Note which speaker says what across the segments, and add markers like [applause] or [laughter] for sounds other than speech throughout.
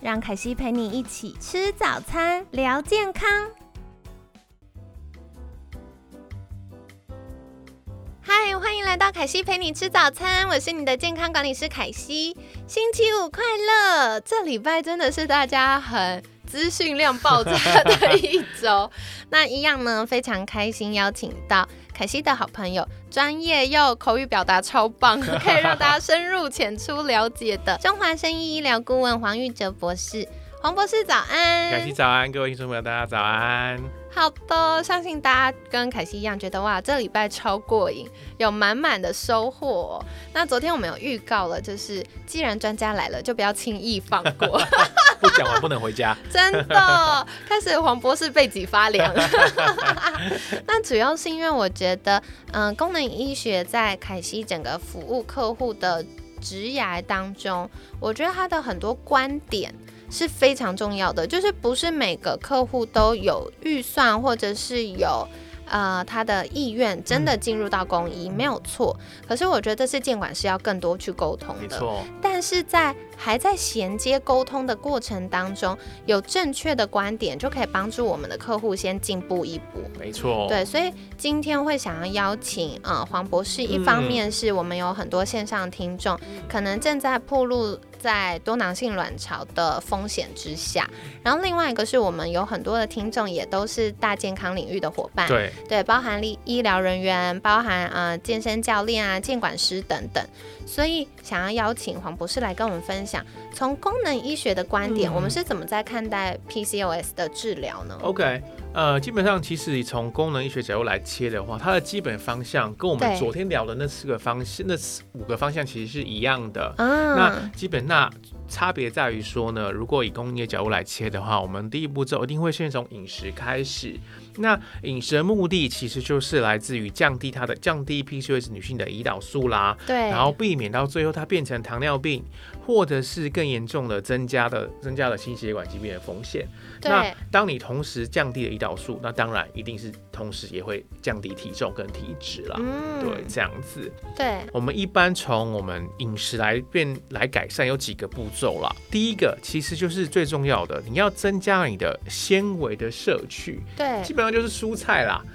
Speaker 1: 让凯西陪你一起吃早餐，聊健康。嗨，欢迎来到凯西陪你吃早餐，我是你的健康管理师凯西。星期五快乐！这礼拜真的是大家很资讯量爆炸的一周。 [laughs] 那一样呢，非常开心邀请到凯西的好朋友，专业又口语表达超 [laughs] 棒，可以让大家深入浅出了解的中华生医医疗顾问黄玉哲博士。黄博士早安，
Speaker 2: 凯西早安，各位听众朋友，大家早
Speaker 1: [laughs]
Speaker 2: 安。
Speaker 1: 好的，相信大家跟凯西一样，觉得哇，这礼拜超过瘾，有满满的收获哦、那昨天我们有预告了，就是既然专家来了，就不要轻易放过，
Speaker 2: 不讲完不能
Speaker 1: [laughs]
Speaker 2: 回家，
Speaker 1: 真的。开始黄博士背脊发凉。 [laughs] 那主要是因为我觉得，嗯、功能医学在凯西整个服务客户的职涯当中，我觉得他的很多观点。是非常重要的，就是不是每个客户都有预算，或者是有呃他的意愿真的进入到公医，没有错。可是我觉得这是监管是要更多去沟通
Speaker 2: 没
Speaker 1: 的。
Speaker 2: 错，
Speaker 1: 但是在还在衔接沟通的过程当中，有正确的观点就可以帮助我们的客户先进步一步。
Speaker 2: 没错，
Speaker 1: 对，所以今天会想要邀请呃黄博士，一
Speaker 2: 嗯
Speaker 1: 方面是我们有很多线上听众、可能正在暴露在多囊性卵巢的风险之下，然后另外一个是我们有很多的听众也都是大健康领域的伙伴，
Speaker 2: 对，
Speaker 1: 对，包含医医疗人员，包含呃健身教练啊、健管师等等，所以想要邀请黄博士来跟我们分享，从功能医学的观点，
Speaker 2: 嗯
Speaker 1: 我们是怎么在看待 PCOS 的治疗呢？
Speaker 2: OK，呃，基本上其实从功能医学角度来切的话，它的基本方向跟我们
Speaker 1: 对
Speaker 2: 昨天聊的那四个方向、那四五个方向其实是一样的。那
Speaker 1: 嗯，
Speaker 2: 基本那差别在于说呢，如果以工业角度来切的话，我们第一步骤一定会先从饮食开始。那饮食的目的其实就是来自于降低它的降低 PCOS 女性的胰岛素啦，
Speaker 1: 对，
Speaker 2: 然后避免到最后它变成糖尿病，或者是更严重的增加的增加了心血管疾病的风险。那
Speaker 1: 对，
Speaker 2: 当你同时降低了胰岛素，那当然一定是同时也会降低体重跟体脂啦。
Speaker 1: 嗯
Speaker 2: 对，这样子，
Speaker 1: 对，
Speaker 2: 我们一般从我们饮食来变来改善有几个步骤啦。第一个其实就是最重要的，你要增加你的纤维的摄取，
Speaker 1: 对，
Speaker 2: 基本上就是蔬菜啦。 [laughs]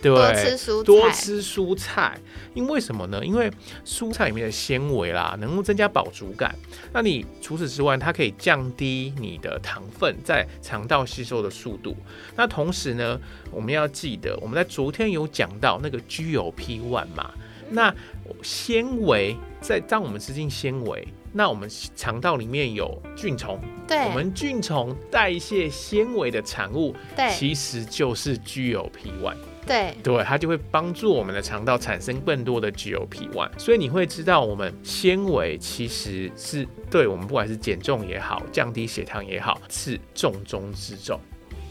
Speaker 2: 对，
Speaker 1: 多吃蔬菜，
Speaker 2: 多吃蔬菜，因为什么呢？因为蔬菜里面的纤维啦，能够增加饱足感。那你除此之外，它可以降低你的糖分在肠道吸收的速度。那同时呢，我们要记得，我们在昨天有讲到那个 GLP one 嘛，那纤维在当我们吃进纤维，那我们肠道里面有菌虫，
Speaker 1: 对，
Speaker 2: 我们菌虫代谢纤维的产物，
Speaker 1: 对
Speaker 2: 其实就是 GLP one。
Speaker 1: 对
Speaker 2: 对，它就会帮助我们的肠道产生更多的 GLP-1，所以你会知道我们纤维其实是对我们不管是减重也好，降低血糖也好，是重中之重。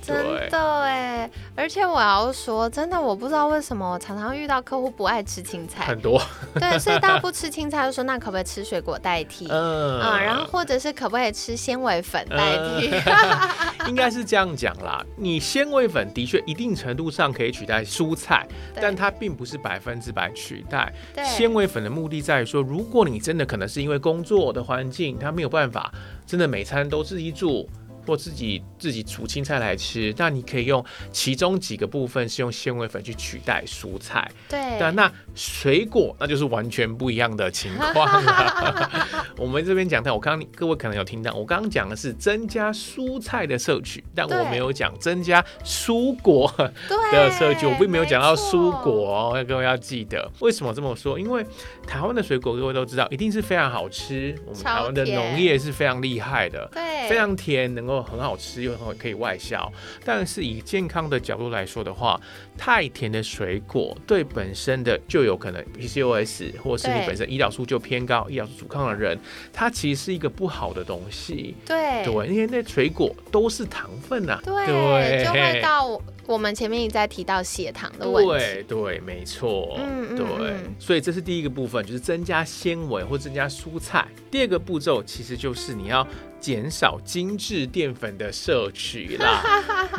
Speaker 1: 真的哎，而且我要说，真的，我不知道为什么我常常遇到客户不爱吃青菜，
Speaker 2: 很多，
Speaker 1: 对，所以大家不吃青菜就说那可不可以吃水果代
Speaker 2: [laughs]
Speaker 1: 替？
Speaker 2: 嗯
Speaker 1: 啊，然后或者是可不可以吃纤维粉代替？
Speaker 2: 嗯应该是这样讲啦。你纤维粉的确一定程度上可以取代蔬菜，
Speaker 1: 对
Speaker 2: 但它并不是百分之百取代。
Speaker 1: 对
Speaker 2: 纤维粉的目的在于说，如果你真的可能是因为工作的环境，他没有办法真的每餐都自己煮。或自己自己煮青菜来吃，那你可以用其中几个部分是用纤维粉去取代蔬菜，但
Speaker 1: [laughs]
Speaker 2: [laughs]
Speaker 1: 对
Speaker 2: 那水果那就是完全不一样的情况了。 [laughs] 我们这边讲到，我刚刚各位可能有听到，我刚刚讲的是增加蔬菜的摄取，但
Speaker 1: 对
Speaker 2: 我没有讲增加蔬果
Speaker 1: 对
Speaker 2: 的摄取，我并没有讲到
Speaker 1: 错
Speaker 2: 蔬果哦，要各位要记得。为什么这么说？因为台湾的水果各位都知道，一定是非常好吃，我们
Speaker 1: 超
Speaker 2: 台湾的
Speaker 1: 甜
Speaker 2: 农业是非常厉害的。
Speaker 1: 对，
Speaker 2: 非常甜，能够很好吃，又很好可以外销。但是以健康的角度来说的话，太甜的水果对本身的就有可能 PCOS，或是你
Speaker 1: 对
Speaker 2: 本身胰岛素就偏高、胰岛素阻抗的人，它其实是一个不好的东西。
Speaker 1: 对
Speaker 2: 对，因为那水果都是糖分呐、啊。
Speaker 1: 对
Speaker 2: 对
Speaker 1: 就会到我我们前面一再提到血糖的问 [laughs] 题。
Speaker 2: 对 [laughs] 对，没错，
Speaker 1: 嗯嗯
Speaker 2: 对
Speaker 1: 嗯，
Speaker 2: 所以这是第一个部分，就是增加纤维或增加蔬菜。第二个步骤其实就是你要减少精致淀粉的摄
Speaker 1: [laughs]
Speaker 2: 取啦。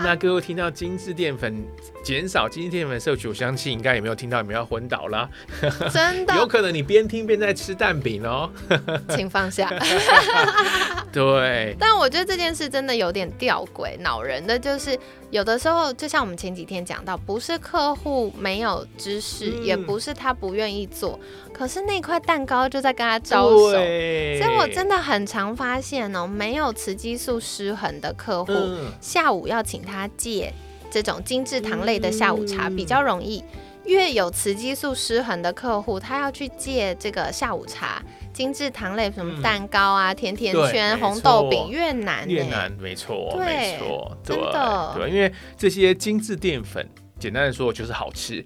Speaker 2: 那各位听到精致淀粉，减少精致淀粉摄取，我相信应该也没有听到你们要昏倒啦。
Speaker 1: 真
Speaker 2: 有
Speaker 1: 的，
Speaker 2: 可能你边听边在吃蛋饼
Speaker 1: [laughs]
Speaker 2: 哦。
Speaker 1: 请放
Speaker 2: [laughs]
Speaker 1: 下。
Speaker 2: 对，
Speaker 1: 但我觉得这件事真的有点吊诡、恼人的，就是有的时候，就像我们前几天讲到，不是客户没有知识，
Speaker 2: 嗯
Speaker 1: 也不是他不愿意做，可是那块蛋糕就在跟他招手。
Speaker 2: 对，
Speaker 1: 所以我真的很常发现哦，没有雌激素失衡的客户，
Speaker 2: 嗯
Speaker 1: 下午要请他戒这种精致糖类的下午茶
Speaker 2: 嗯
Speaker 1: 比较容易。越有雌激素失衡的客户，他要去戒这个下午茶、精致糖类，什么
Speaker 2: 嗯
Speaker 1: 蛋糕啊、甜甜
Speaker 2: 对
Speaker 1: 圈、
Speaker 2: 没
Speaker 1: 红豆饼，
Speaker 2: 错
Speaker 1: 越难、
Speaker 2: 越。南没错，
Speaker 1: 对
Speaker 2: 没错，对
Speaker 1: 真的
Speaker 2: 对，因为这些精致淀粉，简单的说就是好吃，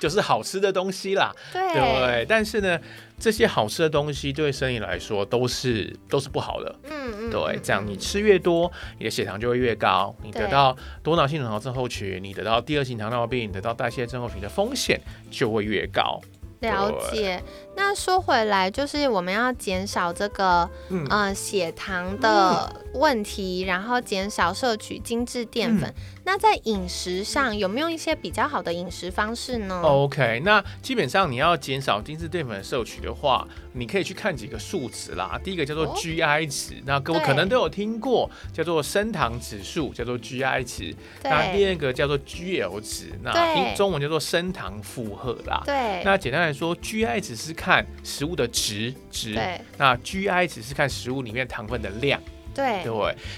Speaker 2: 就是好吃的东西啦。
Speaker 1: 欸 [laughs] 对
Speaker 2: 对，但是呢，这些好吃的东西对身体来说都是都是不好的。
Speaker 1: 嗯嗯，
Speaker 2: 对
Speaker 1: 嗯，
Speaker 2: 这样你吃越多，你的血糖就会越高，你
Speaker 1: 对
Speaker 2: 得到多脑性卵巢症候群，你得到第二型糖尿病，你得到代谢症候群的风险就会越高。
Speaker 1: 了解。那说回来，就是我们要减少这个
Speaker 2: 嗯
Speaker 1: 呃血糖的问题，然后减少摄取精致淀粉。
Speaker 2: 嗯
Speaker 1: 那在饮食上有没有一些比较好的饮食方式呢？
Speaker 2: OK，那基本上你要减少精致淀粉的摄取的话，你可以去看几个数值啦。第一个叫做
Speaker 1: 哦
Speaker 2: GI 值，那各位
Speaker 1: 对
Speaker 2: 可能都有听过，叫做升糖指数，叫做 GI 值。那第
Speaker 1: 对
Speaker 2: 二个叫做 GL 值，那
Speaker 1: 对
Speaker 2: 英中文叫做升糖负荷啦。
Speaker 1: 对
Speaker 2: 那简单来说，GI 值是看食物的值值，
Speaker 1: 对
Speaker 2: 那 GI 值是看食物里面糖分的量。
Speaker 1: 对
Speaker 2: 对，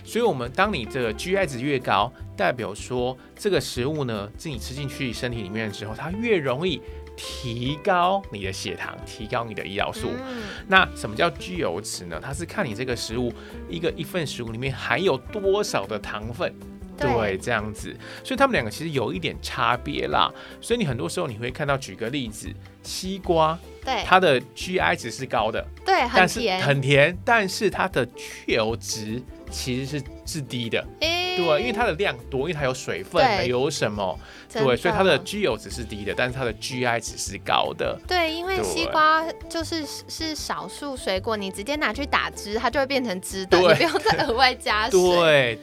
Speaker 2: 所以我们当你这个 GI 值越高，代表说这个食物呢，自己吃进去身体里面之后，它越容易提高你的血糖，提高你的胰岛素。
Speaker 1: 嗯
Speaker 2: 那什么叫 G 油值呢？它是看你这个食物一个一份食物里面含有多少的糖分。
Speaker 1: 对
Speaker 2: 对，这样子，所以它们两个其实有一点差别啦。所以你很多时候你会看到，举个例子，西瓜
Speaker 1: 对
Speaker 2: 它的 GI 值是高的，
Speaker 1: 对
Speaker 2: 但
Speaker 1: 很
Speaker 2: 是
Speaker 1: 甜，
Speaker 2: 很甜，但是它的去油值其实是是低的，
Speaker 1: 诶
Speaker 2: 对，因为它的量多，因为它有水
Speaker 1: 嗯
Speaker 2: 分，
Speaker 1: 对
Speaker 2: 没有什么，
Speaker 1: 真
Speaker 2: 对，所以它的居油值是低的，但是它的 GI 值是高的，
Speaker 1: 对，因为
Speaker 2: 对
Speaker 1: 西瓜就是是少数水果，你直接拿去打汁，它就会变成汁的，
Speaker 2: 对
Speaker 1: 你不用再额外加水。
Speaker 2: [laughs] 对对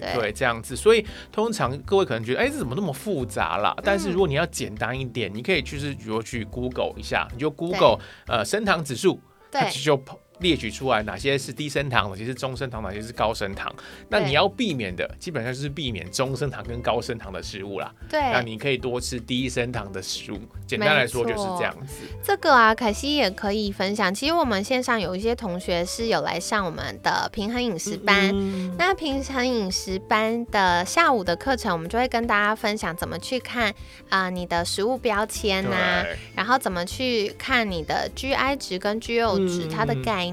Speaker 1: 对
Speaker 2: 对，这样子，所以通常各位可能觉得，哎，这怎么那么复杂啦？
Speaker 1: 嗯
Speaker 2: 但是如果你要简单一点，你可以就是比如去 Google 一下，你就 Google 呃升糖指数，它
Speaker 1: 对
Speaker 2: 其实就列举出来哪些是低升糖，哪些是中升糖，哪些是高升糖。那
Speaker 1: 对
Speaker 2: 你要避免的，基本上就是避免中升糖跟高升糖的食物啦。那
Speaker 1: 对，
Speaker 2: 你可以多吃低升糖的食物。简单来说就是这样子。
Speaker 1: 这个啊，凯西也可以分享。其实我们线上有一些同学是有来上我们的平衡饮食班。
Speaker 2: 嗯
Speaker 1: 那平衡饮食班的下午的课程，我们就会跟大家分享怎么去看啊、呃你的食物标签啊，
Speaker 2: 对
Speaker 1: 然后怎么去看你的 GI 值跟 GO 值
Speaker 2: 嗯
Speaker 1: 它的概念。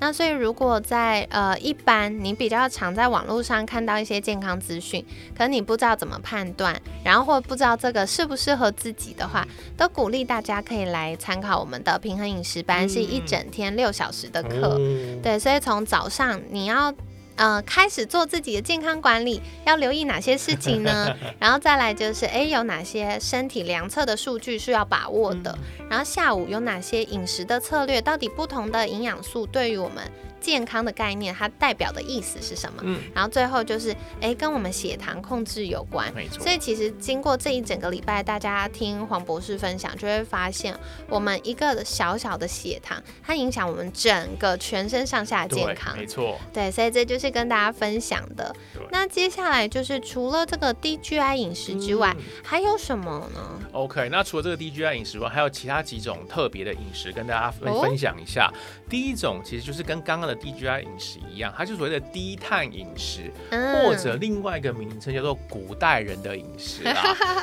Speaker 1: 那所以如果在呃一般你比较常在网络上看到一些健康资讯，可你不知道怎么判断，然后或不知道这个适不适合自己的话，都鼓励大家可以来参考我们的平衡饮食班，是一整天六小时的课。
Speaker 2: 嗯哦
Speaker 1: 对，所以从早上你要呃开始做自己的健康管理，要留意哪些事情
Speaker 2: [laughs]
Speaker 1: 呢？然后再来就是，诶，有哪些身体量测的数据是要把握的？
Speaker 2: 嗯
Speaker 1: 然后下午有哪些饮食的策略？到底不同的营养素对于我们健康的概念，它代表的意思是什么？
Speaker 2: 嗯
Speaker 1: 然后最后就是，诶，跟我们血糖控制有关。
Speaker 2: 没错
Speaker 1: 所。以其实经过这一整个礼拜，大家听黄博士分享，就会发现我们一个小小的血糖，它影响我们整个全身上下的
Speaker 2: 对
Speaker 1: 健，康
Speaker 2: 没。错，
Speaker 1: 对，所以这就是跟大家分享的
Speaker 2: 对。
Speaker 1: 那接下来就是除了这个低 GI 饮食之
Speaker 2: 嗯
Speaker 1: 外，还有什么呢？
Speaker 2: OK，那除了这个 DGI 饮食外，还有其他几种特别的饮食跟大家分
Speaker 1: 哦
Speaker 2: 分享一下。第一种其实就是跟刚刚的 DGI 饮食一样，它就所谓的低碳饮食，
Speaker 1: 嗯
Speaker 2: 或者另外一个名称叫做古代人的饮食
Speaker 1: [laughs]
Speaker 2: 啦。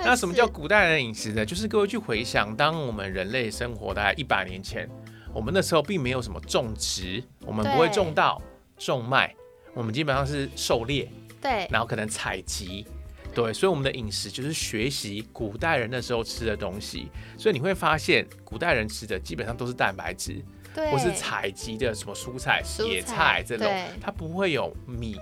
Speaker 2: 那什么叫古代人的饮食呢？就是各位去回想，当我们人类生活大概一百年前，我们那时候并没有什么种植，我们不会
Speaker 1: 对
Speaker 2: 种稻、种麦，我们基本上是狩猎，
Speaker 1: 嗯对
Speaker 2: 然后可能采集。对，所以我们的饮食就是学习古代人那时候吃的东西，所以你会发现古代人吃的基本上都是蛋白质，
Speaker 1: 对，
Speaker 2: 或是采集的什么蔬菜、
Speaker 1: 蔬
Speaker 2: 野
Speaker 1: 菜
Speaker 2: 菜这种
Speaker 1: 对，
Speaker 2: 它不会有米，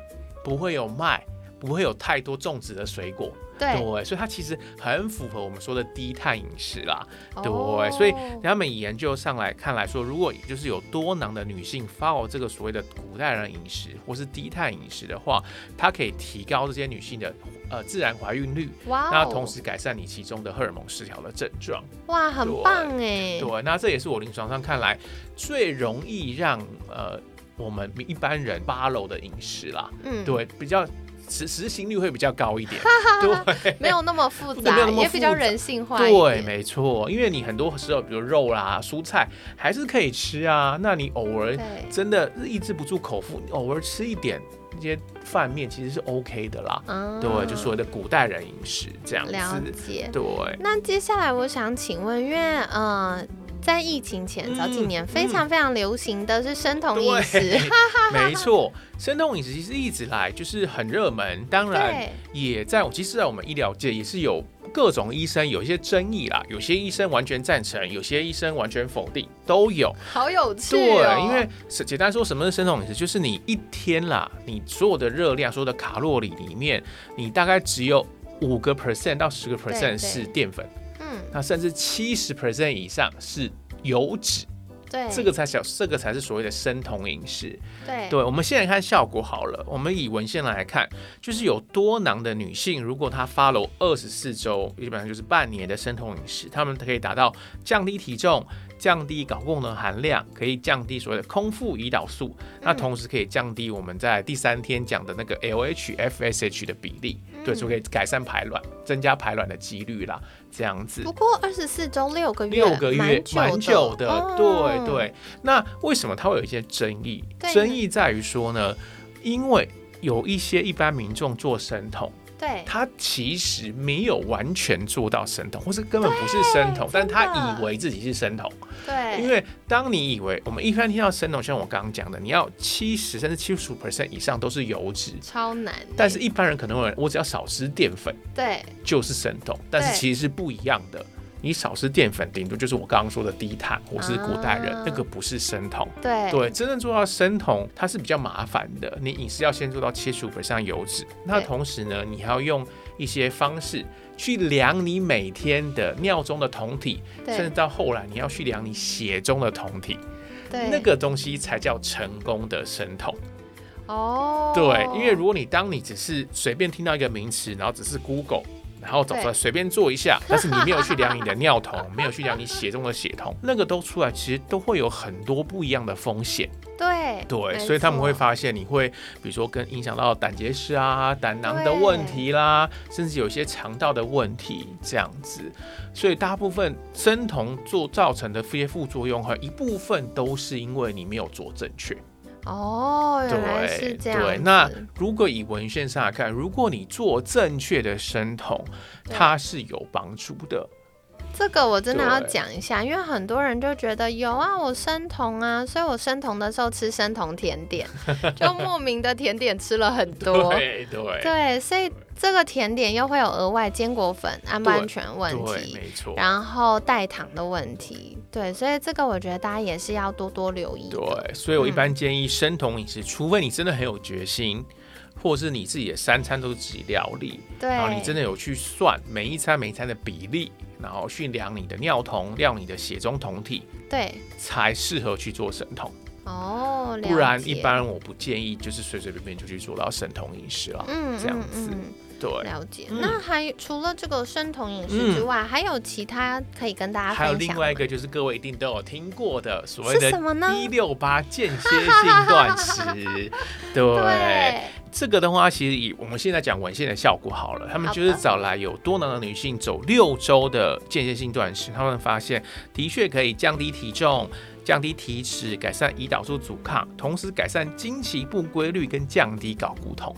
Speaker 2: 不会有麦，不会有太多种植的水果，
Speaker 1: 对，
Speaker 2: 所以它其实很符合我们说的低碳饮食啦。对，
Speaker 1: 哦
Speaker 2: 所以他们以研究上来看来说，如果就是有多囊的女性 follow 这个所谓的古代人饮食或是低碳饮食的话，它可以提高这些女性的呃自然怀孕率，
Speaker 1: 哇哦，
Speaker 2: 那同时改善你其中的荷尔蒙失调的症状。
Speaker 1: 哇，很
Speaker 2: 对
Speaker 1: 棒哎，
Speaker 2: 对，那这也是我临床上看来最容易让呃我们一般人 follow 的饮食啦，
Speaker 1: 嗯，
Speaker 2: 对，比较实实行率会比较高
Speaker 1: [laughs]
Speaker 2: 一点，对。
Speaker 1: 没有那么复
Speaker 2: 对
Speaker 1: 杂
Speaker 2: [laughs] 没有那，么
Speaker 1: 也比较
Speaker 2: 复杂
Speaker 1: 人性化一
Speaker 2: 对，
Speaker 1: 点。
Speaker 2: 没错，因为你很多时候，比如肉啦、蔬菜还是可以吃啊。那你偶尔
Speaker 1: 对
Speaker 2: 真的抑制不住口腹，你偶尔吃一点那些饭面其实是 OK 的啦。
Speaker 1: 啊
Speaker 2: 对，就所谓的古代人饮食这样
Speaker 1: 了
Speaker 2: 子。
Speaker 1: 解。
Speaker 2: 对，
Speaker 1: 那接下来我想请问，因为呃，在疫情前
Speaker 2: 嗯
Speaker 1: 早几年
Speaker 2: 嗯
Speaker 1: 非常非常流行的是生酮饮食
Speaker 2: 对，，没错，生酮饮食其实一直来就是很热门，当然
Speaker 1: [laughs] 对，
Speaker 2: 也在我其实，在我们医疗界也是有各种医生有一些争议啦，有些医生完全赞成，有些医生完全否定，都有。
Speaker 1: 好有趣哦。
Speaker 2: 对，因为是简单说什么是生酮饮食，就是你一天啦，你所有的热量、所有的卡路里里面，你大概只有五个 percent 到十个
Speaker 1: 对
Speaker 2: percent 是淀粉，
Speaker 1: 嗯，
Speaker 2: 那甚至七十 percent 以上是油脂，
Speaker 1: 对，
Speaker 2: 这个才小，这个才是所谓的生酮饮食。
Speaker 1: 对
Speaker 2: 对，我们现在看效果好了，我们以文献来看，就是有多囊的女性，如果她 follow 二十四周，基本上就是半年的生酮饮食，她们可以达到降低体重、降低睾固酮含量，可以降低所谓的空腹胰岛素，那同时可以降低我们在第三天讲的那个 LH、FSH 的比例，对，就可以改善排卵，增加排卵的几率啦，这样子
Speaker 1: 不。过二十四周六个月，
Speaker 2: 六个月
Speaker 1: 蛮
Speaker 2: 蛮久的，对
Speaker 1: 哦
Speaker 2: 对。那为什么它会有一些争议
Speaker 1: 对？
Speaker 2: 争议在于说呢，因为有一些一般民众做生酮，
Speaker 1: 对
Speaker 2: 他其实没有完全做到生酮，或是根本不是生酮
Speaker 1: 对，真
Speaker 2: 但
Speaker 1: 的
Speaker 2: 他以为自己是生酮。
Speaker 1: 对，
Speaker 2: 因为当你以为我们一般听到生酮，像我刚刚讲的，你要七十甚至七十五 percent 以上都是油脂，
Speaker 1: 超难欸，
Speaker 2: 但是一般人可能会，我只要少吃淀粉。
Speaker 1: 对
Speaker 2: 就是生酮，但
Speaker 1: 对
Speaker 2: 是其实是不一样的。你少吃淀粉，顶多就是我刚刚说的低碳或是古代人，
Speaker 1: 啊
Speaker 2: 那个不是生酮。
Speaker 1: 对
Speaker 2: 对，真正做到生酮，它是比较麻烦的。你饮食要先做到七十五油脂，那
Speaker 1: 对
Speaker 2: 同时呢，你还要用一些方式去量你每天的尿中的酮体，
Speaker 1: 对
Speaker 2: 甚至到后来你要去量你血中的酮体，
Speaker 1: 对
Speaker 2: 那个东西才叫成功的生酮。
Speaker 1: 哦，
Speaker 2: 对，因为如果你当你只是随便听到一个名词，然后只是 Google，然后找出
Speaker 1: 对
Speaker 2: 来随便做一
Speaker 1: [laughs]
Speaker 2: 下，但是你没有去量你的尿酮，没有去量你血中的血
Speaker 1: [laughs]
Speaker 2: 酮，那个都出来，其实都会有很多不一样的风险。
Speaker 1: 对
Speaker 2: 对，
Speaker 1: 没
Speaker 2: 所以他们会
Speaker 1: 错
Speaker 2: 发现你会，比如说跟影响到胆结石啊、胆囊的问题啦，甚至有一些肠道的问题这样子。所以大部分生酮做造成的这些副作用，和一部分都是因为你没有做正确。
Speaker 1: 哦，原来是
Speaker 2: 对
Speaker 1: 这样子。
Speaker 2: 对，那如果以文献上来看，如果你做正确的生酮，
Speaker 1: 对
Speaker 2: 它是有帮助的。
Speaker 1: 这个我真的要
Speaker 2: 对
Speaker 1: 讲一下，因为很多人就觉得有啊，我生酮啊，所以我生酮的时候吃生酮甜点，就莫名的甜点吃了
Speaker 2: [laughs]
Speaker 1: 很多。
Speaker 2: 对对
Speaker 1: 对，所以这个甜点又会有额外坚果粉安不安
Speaker 2: 对
Speaker 1: 全问
Speaker 2: 对，
Speaker 1: 题，
Speaker 2: 没错。
Speaker 1: 然后代糖的问题。对，所以这个我觉得大家也是要多多留意的。
Speaker 2: 对，所以我一
Speaker 1: 嗯
Speaker 2: 般建议生酮饮食，除非你真的很有决心，或是你自己的三餐都是自己料理，
Speaker 1: 对，
Speaker 2: 然后你真的有去算每一餐每一餐的比例，然后去量你的尿酮、量你的血中酮体，
Speaker 1: 对
Speaker 2: 才适合去做生酮。
Speaker 1: 哦，
Speaker 2: 不然
Speaker 1: 了
Speaker 2: 一
Speaker 1: 解
Speaker 2: 般我不建议就是随随便便就去做到生酮饮食了。
Speaker 1: 嗯
Speaker 2: 这样
Speaker 1: 嗯
Speaker 2: 子
Speaker 1: 嗯
Speaker 2: 对，
Speaker 1: 了解，
Speaker 2: 嗯
Speaker 1: 那还除了这个生酮饮食之外，还有其他可以跟大家分享
Speaker 2: 还有另外一
Speaker 1: 吗
Speaker 2: 个就是各位一定都有听过的所谓
Speaker 1: 是什
Speaker 2: 的
Speaker 1: 么呢？
Speaker 2: 一六八间歇
Speaker 1: [laughs]
Speaker 2: 性断食，对。这个的话，其实以我们现在讲文献的效果好了，他们
Speaker 1: 好的
Speaker 2: 就是找来有多囊的女性走六周的间歇性断食，他们发现的确可以降低体重、降低体脂、改善胰岛素阻抗，同时改善经期不规律跟降低睾固酮，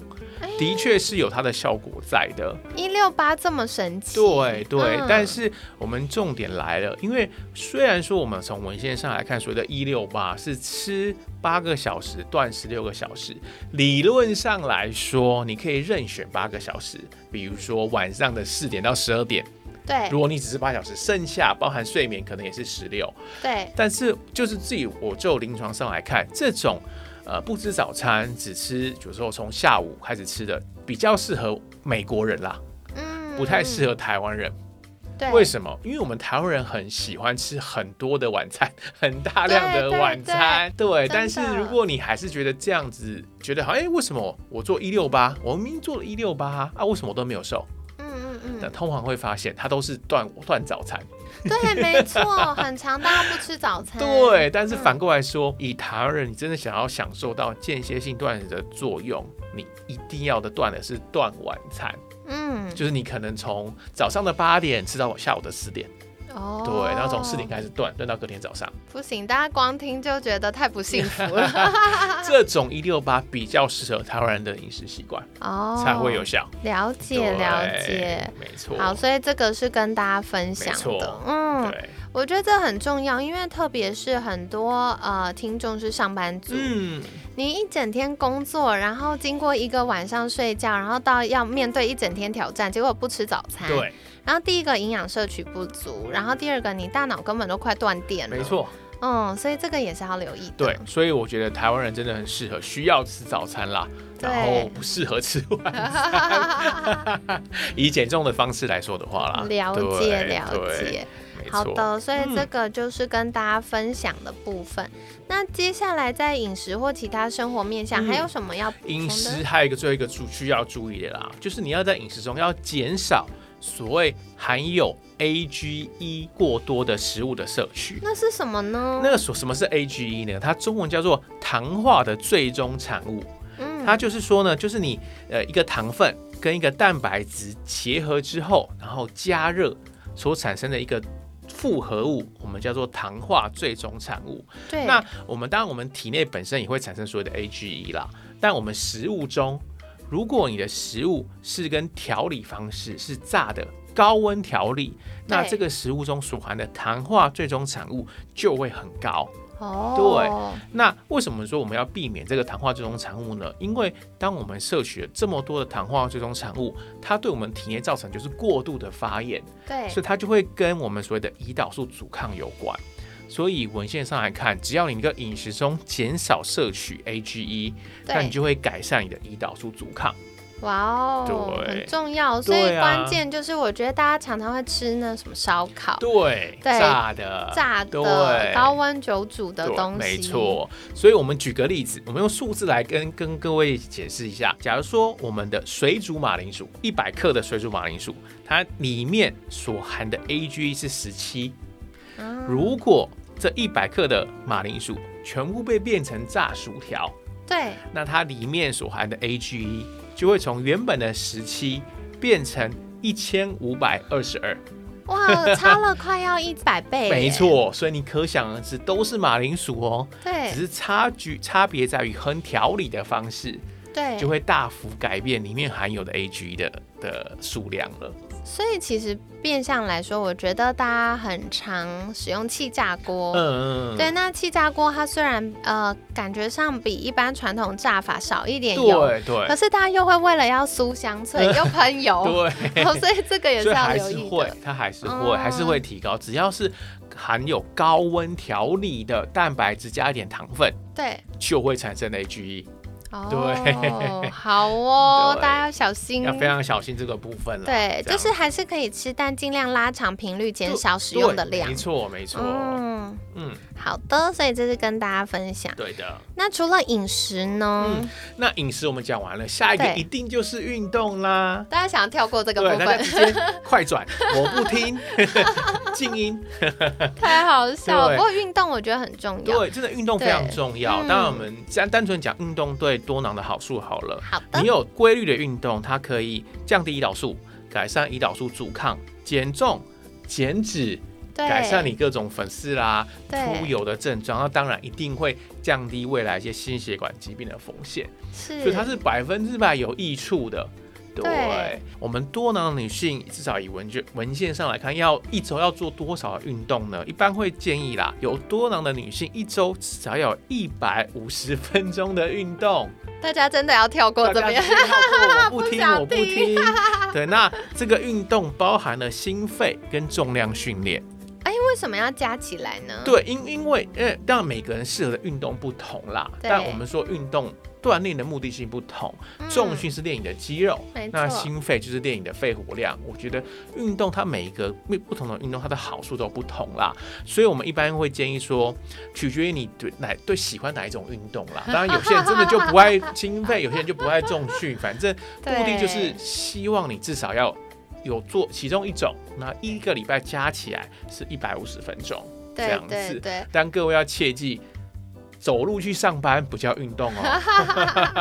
Speaker 2: 的确是有它的效果在的。
Speaker 1: 一六八这么神奇，
Speaker 2: 对对，
Speaker 1: 嗯
Speaker 2: 但是我们重点来了，因为虽然说我们从文献上来看，所谓的“一六八”是吃八个小时，断食六个小时，理论上来说，你可以任选八个小时，比如说晚上的四点到十二点，
Speaker 1: 对
Speaker 2: 如果你只是八小时，剩下包含睡眠可能也是十六。
Speaker 1: 对
Speaker 2: 但是就是自己，我就临床上来看，这种呃不吃早餐，只吃有时候从下午开始吃的，比较适合美国人啦，
Speaker 1: 嗯，
Speaker 2: 不太适
Speaker 1: 合。
Speaker 2: 合台湾人。
Speaker 1: 对，
Speaker 2: 为什么？因为我们台湾人很喜欢吃很多的晚餐， [laughs] 很大量的晚餐。对
Speaker 1: 真的
Speaker 2: 但是如果你还是觉得这样子，觉得好像哎、为什么我做一六八，我明明做了一六八啊，为什么我都没有瘦？
Speaker 1: 嗯嗯
Speaker 2: 那
Speaker 1: 嗯，
Speaker 2: 通常会发现它都是断断早餐。
Speaker 1: 对，没错，很常大家不吃早餐。
Speaker 2: [laughs] 对，但是反过来说，以台湾人，你真的想要享受到间歇性断食的作用，你一定要的断的是断晚餐，
Speaker 1: 嗯，
Speaker 2: 就是你可能从早上的八点吃到下午的四点，
Speaker 1: 哦，
Speaker 2: 对，然后从四点开始断，断到隔天早上。
Speaker 1: 不行，大家光听就觉得太不幸福
Speaker 2: [laughs]
Speaker 1: 了。
Speaker 2: 这种一六八比较适合台湾人的饮食习惯，
Speaker 1: 哦，
Speaker 2: 才会有效。
Speaker 1: 了解
Speaker 2: 对
Speaker 1: 了解。，
Speaker 2: 没错。
Speaker 1: 好，所以这个是跟大家分享
Speaker 2: 没
Speaker 1: 的
Speaker 2: 错，
Speaker 1: 嗯，
Speaker 2: 对，
Speaker 1: 我觉得这很重要，因为特别是很多呃听众是上班族，
Speaker 2: 嗯，
Speaker 1: 你一整天工作，然后经过一个晚上睡觉，然后到要面对一整天挑战，结果不吃早餐，，
Speaker 2: 对，
Speaker 1: 然后第一个营养摄取不足，然后第二个你大脑根本都快断电了，
Speaker 2: 没，错，
Speaker 1: 嗯，所以这个也是要留意的，嗯
Speaker 2: 对，所以我觉得台湾人真的很适合，需要吃早餐啦，
Speaker 1: 对
Speaker 2: 然后不适合吃晚
Speaker 1: [laughs]
Speaker 2: 餐。以减重的方式来说的话啦，
Speaker 1: 了解
Speaker 2: 啊对
Speaker 1: 了，解
Speaker 2: 对。没
Speaker 1: 好
Speaker 2: 错，嗯
Speaker 1: 的，所以这个就是跟大家分享的部分。那接下来在饮食或其他生活面向，
Speaker 2: 嗯
Speaker 1: 还有什么要补充的？
Speaker 2: 饮食还有一个最后一个注需要注意的啦，就是你要在饮食中要减少所谓含有 AGE 过多的食物的摄取。
Speaker 1: 那是什么呢？
Speaker 2: 那个所什么是 AGE 呢？它中文叫做糖化的最终产物。
Speaker 1: 嗯
Speaker 2: 它就是说呢，就是你呃一个糖分跟一个蛋白质结合之后，然后加热所产生的一个复合物，我们叫做糖化最终产物。
Speaker 1: 对，
Speaker 2: 那我们当然我们体内本身也会产生所谓的 AGE 啦，但我们食物中，如果你的食物是跟调理方式是炸的。高温调理，那
Speaker 1: 对
Speaker 2: 这个食物中所含的糖化最终产物就会很高。
Speaker 1: 哦，
Speaker 2: 那为什么说我们要避免这个糖化最终产物呢？因为当我们摄取了这么多的糖化最终产物，它对我们体内造成就是过度的发炎，
Speaker 1: 对
Speaker 2: 所以它就会跟我们所谓的胰岛素阻抗有关。所以文献上来看，只要你的饮食中减少摄取 AGE，那你
Speaker 1: 对，
Speaker 2: 就会改善你的胰岛素阻抗。
Speaker 1: 哇哦，
Speaker 2: 对
Speaker 1: 很重要。所以
Speaker 2: 对啊
Speaker 1: 关键就是，我觉得大家常常会吃那什么烧烤、
Speaker 2: 对，
Speaker 1: 对
Speaker 2: 炸的，
Speaker 1: 炸的、
Speaker 2: 对，
Speaker 1: 高温久煮的
Speaker 2: 对，
Speaker 1: 东西，
Speaker 2: 没，错，所以我们举个例子，我们用数字来跟跟各位解释一下。假如说我们的水煮马铃薯，一百克的水煮马铃薯，它里面所含的 AG 是十七，
Speaker 1: 啊
Speaker 2: 如果这一百克的马铃薯全部被变成炸薯条，
Speaker 1: 对，
Speaker 2: 那它里面所含的 AGE 就会从原本的十七变成一千五百二十二。 [laughs]
Speaker 1: 哇，差了快要一百倍，
Speaker 2: 没，错，所以你可想而知，都是马铃薯哦。
Speaker 1: 对
Speaker 2: 只是差距差别在于很调理的方式，
Speaker 1: 对，
Speaker 2: 就会大幅改变里面含有的 AG 的的数量了。
Speaker 1: 所以其实变相来说，我觉得大家很常使用气炸锅。
Speaker 2: 嗯，
Speaker 1: 对，那气炸锅它虽然呃感觉上比一般传统炸法少一点油，
Speaker 2: 对对
Speaker 1: 可是大家又会为了要酥香脆又喷油，
Speaker 2: [laughs]
Speaker 1: [laughs]
Speaker 2: 对，
Speaker 1: 哦所以这个也是
Speaker 2: 所以
Speaker 1: 要
Speaker 2: 还
Speaker 1: 留
Speaker 2: 是
Speaker 1: 意
Speaker 2: 会
Speaker 1: 的。，啊
Speaker 2: 它还是会
Speaker 1: 嗯
Speaker 2: 还是会提高，只要是含有高温调理的蛋白质加一点糖分，
Speaker 1: 对，
Speaker 2: 就会产生 AGE，
Speaker 1: 哦
Speaker 2: [laughs] 对，
Speaker 1: 好哦，
Speaker 2: 对
Speaker 1: 大家要小心
Speaker 2: 要。非常小心这个部分了。
Speaker 1: 嗯对，
Speaker 2: 这
Speaker 1: 就
Speaker 2: 样
Speaker 1: 是还是可以吃，但尽量拉长频率，减
Speaker 2: 对
Speaker 1: 少使用的
Speaker 2: 对
Speaker 1: 量
Speaker 2: 没。错没错，
Speaker 1: 嗯，
Speaker 2: 嗯，
Speaker 1: 好的，所以这是跟大家分享。
Speaker 2: 对的。
Speaker 1: 那除了饮食呢？
Speaker 2: 嗯那饮食我们讲完了，下一个
Speaker 1: 对
Speaker 2: 一定就是运动啦。
Speaker 1: 大家想要跳过这个
Speaker 2: 对，
Speaker 1: 部 [laughs]
Speaker 2: 大
Speaker 1: 分，
Speaker 2: 家直接快
Speaker 1: [laughs]
Speaker 2: 转，我不听， [laughs] 静音。
Speaker 1: 太好笑了。
Speaker 2: 对
Speaker 1: 不过运动我觉得很重要。
Speaker 2: 对，真的运动非常重要。
Speaker 1: 对嗯
Speaker 2: 当然，我们单单纯讲运动对多囊的好处好了，
Speaker 1: 好
Speaker 2: 你
Speaker 1: 的，
Speaker 2: 有规律的运动，它可以降低胰岛素，改善胰岛素阻抗，减重。减脂，
Speaker 1: 对，
Speaker 2: 改善你各种粉刺啦、
Speaker 1: 对
Speaker 2: 出油的症状，那当然一定会降低未来一些心血管疾病的风险，
Speaker 1: 是，
Speaker 2: 所以它是百分之百有益处的。
Speaker 1: 对
Speaker 2: 我们多囊女性至少以文卷文献上来看，要一周要做多少的运动呢？一般会建议啦，有多囊的女性一周至少要有一百五十分钟的运动。
Speaker 1: 大家真的要跳过这
Speaker 2: 大
Speaker 1: 边
Speaker 2: 家，知道过我不
Speaker 1: 不 [laughs]
Speaker 2: 听，
Speaker 1: 想
Speaker 2: 我不听
Speaker 1: 听。
Speaker 2: 对，那这个运动包含了心肺跟重量训练。
Speaker 1: [laughs] 哎，为什么要加起来呢？
Speaker 2: 对，因因为呃，当然每个人适合的运动不同啦，
Speaker 1: 对
Speaker 2: 但我们说运动锻炼的目的性不同，
Speaker 1: 嗯，
Speaker 2: 重训是练你的肌肉，
Speaker 1: 没
Speaker 2: 那
Speaker 1: 错
Speaker 2: 心肺就是练你的肺活量。我觉得运动它每一个不不同的运动，它的好处都不同啦，所以我们一般会建议说，取决于你对哪对喜欢哪一种运动
Speaker 1: [laughs]
Speaker 2: 啦。当然，有些人真的就不爱心肺，有些人就不爱重训，
Speaker 1: [laughs]
Speaker 2: 反正目的就是
Speaker 1: 对
Speaker 2: 希望你至少要。有做其中一种，那一个礼拜加起来是一百五十分钟。这
Speaker 1: 对
Speaker 2: 样
Speaker 1: 对
Speaker 2: 子
Speaker 1: 对，
Speaker 2: 但各位要切记，走路去上班不叫运动哦。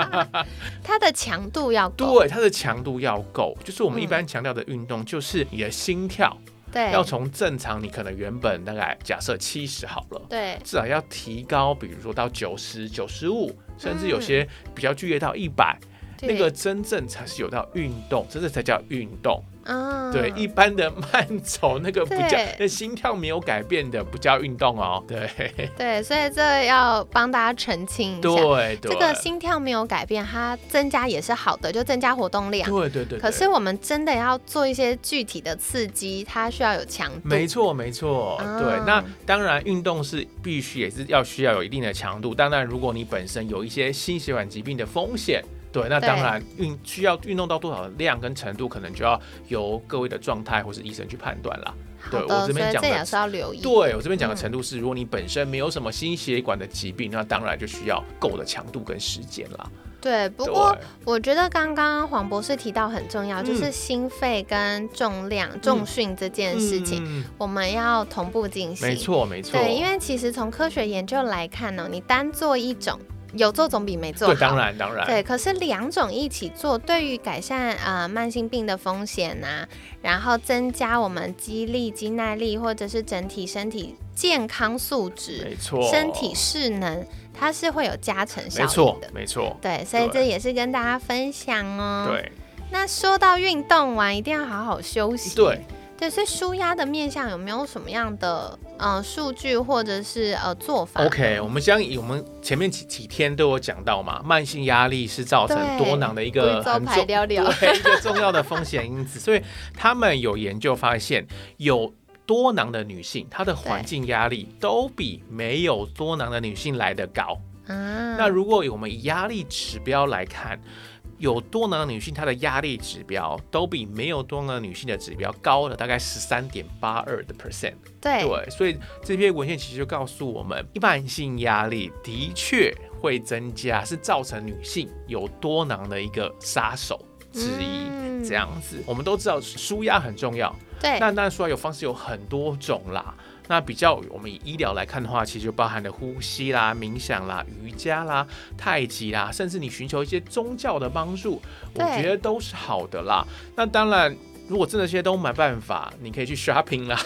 Speaker 1: 它的强度要够，
Speaker 2: 对，它的强度要够，就是我们一般强调的运动，就是你的心跳
Speaker 1: 对
Speaker 2: 要从正常，你可能原本大概假设七十好了。
Speaker 1: 对
Speaker 2: 至少要提高，比如说到九十九十五，甚至有些比较剧烈到一百、那个
Speaker 1: 嗯对
Speaker 2: 真正才是有到运动，真正才叫运动。
Speaker 1: 嗯
Speaker 2: 对，一般的慢走那个不叫
Speaker 1: 对，
Speaker 2: 那心跳没有改变的不叫运动哦。对
Speaker 1: 对，所以这要帮大家澄清一下。
Speaker 2: 对对，
Speaker 1: 这个心跳没有改变，它增加也是好的，就增加活动量。
Speaker 2: 对对对，
Speaker 1: 可
Speaker 2: 对
Speaker 1: 是我们真的要做一些具体的刺激，它需要有强度。
Speaker 2: 没错，没错，
Speaker 1: 啊
Speaker 2: 对。那当然，运动是必须也是要需要有一定的强度。当然，如果你本身有一些心血管疾病的风险，对，那
Speaker 1: 对
Speaker 2: 当然运需要运动到多少的量跟程度，可能就要由各位的状态或是医生去判断啦。对
Speaker 1: 好
Speaker 2: 我
Speaker 1: 的，
Speaker 2: 这
Speaker 1: 所
Speaker 2: 边
Speaker 1: 以
Speaker 2: 讲
Speaker 1: 这
Speaker 2: 的
Speaker 1: 也是要留意。
Speaker 2: 对我这边讲的程度是，如果你本身没有什么心血管的疾病，那当然就需要够的强度跟时间啦。
Speaker 1: 对，不
Speaker 2: 对，
Speaker 1: 过我觉得刚刚黄博士提到很重要，
Speaker 2: 嗯
Speaker 1: 就是心肺跟重量、重训这件事情，
Speaker 2: 嗯，
Speaker 1: 我们要同步进行。
Speaker 2: 没，错，没错，
Speaker 1: 对，因为其实从科学研究来看呢、你单做一种，有做总比没做好。
Speaker 2: 对，当。然，当然，
Speaker 1: 对，可是两种一起做，对于改善呃慢性病的风险呐、然后增加我们肌力、肌耐力，或者是整体身体健康素质、
Speaker 2: 没错，
Speaker 1: 身体势能，它是会有加成效
Speaker 2: 没错
Speaker 1: 应的，。
Speaker 2: 没错，
Speaker 1: 对，所以
Speaker 2: 对
Speaker 1: 这也是跟大家分享哦。，
Speaker 2: 对
Speaker 1: 那说到运动完，一定要好好休息。
Speaker 2: 对。
Speaker 1: 对，所以舒压的面向有没有什么样的呃数据或者是呃做法
Speaker 2: OK，我们将以我们前面几几天都有讲到嘛，慢性压力是造成
Speaker 1: 对
Speaker 2: 多囊的一个
Speaker 1: 贵州
Speaker 2: 很
Speaker 1: 排
Speaker 2: 重
Speaker 1: 料料
Speaker 2: 对一个重要的风险因子，所以他们有研究发现有。多囊的女性，她的环境压力都比没有多囊的女性来得高。
Speaker 1: 啊？
Speaker 2: 那如果我们以压力指标来看，有多囊的女性，她的压力指标都比没有多囊的女性的指标高了大概十三点八二的 percent。
Speaker 1: 对
Speaker 2: 对，所以这篇文献其实就告诉我们，慢性压力的确会增加，是造成女性有多囊的一个杀手之一。
Speaker 1: 嗯
Speaker 2: 这样子，我们都知道舒压很重要，
Speaker 1: 对
Speaker 2: 那那舒压有方式有很多种啦。那比较我们以医疗来看的话，其实就包含了呼吸啦、冥想啦、瑜伽啦、太极啦，甚至你寻求一些宗教的帮助，我
Speaker 1: 对
Speaker 2: 觉得都是好的啦。那当然，如果真的这些都没办法，你可以去
Speaker 1: [laughs]
Speaker 2: shopping 啦，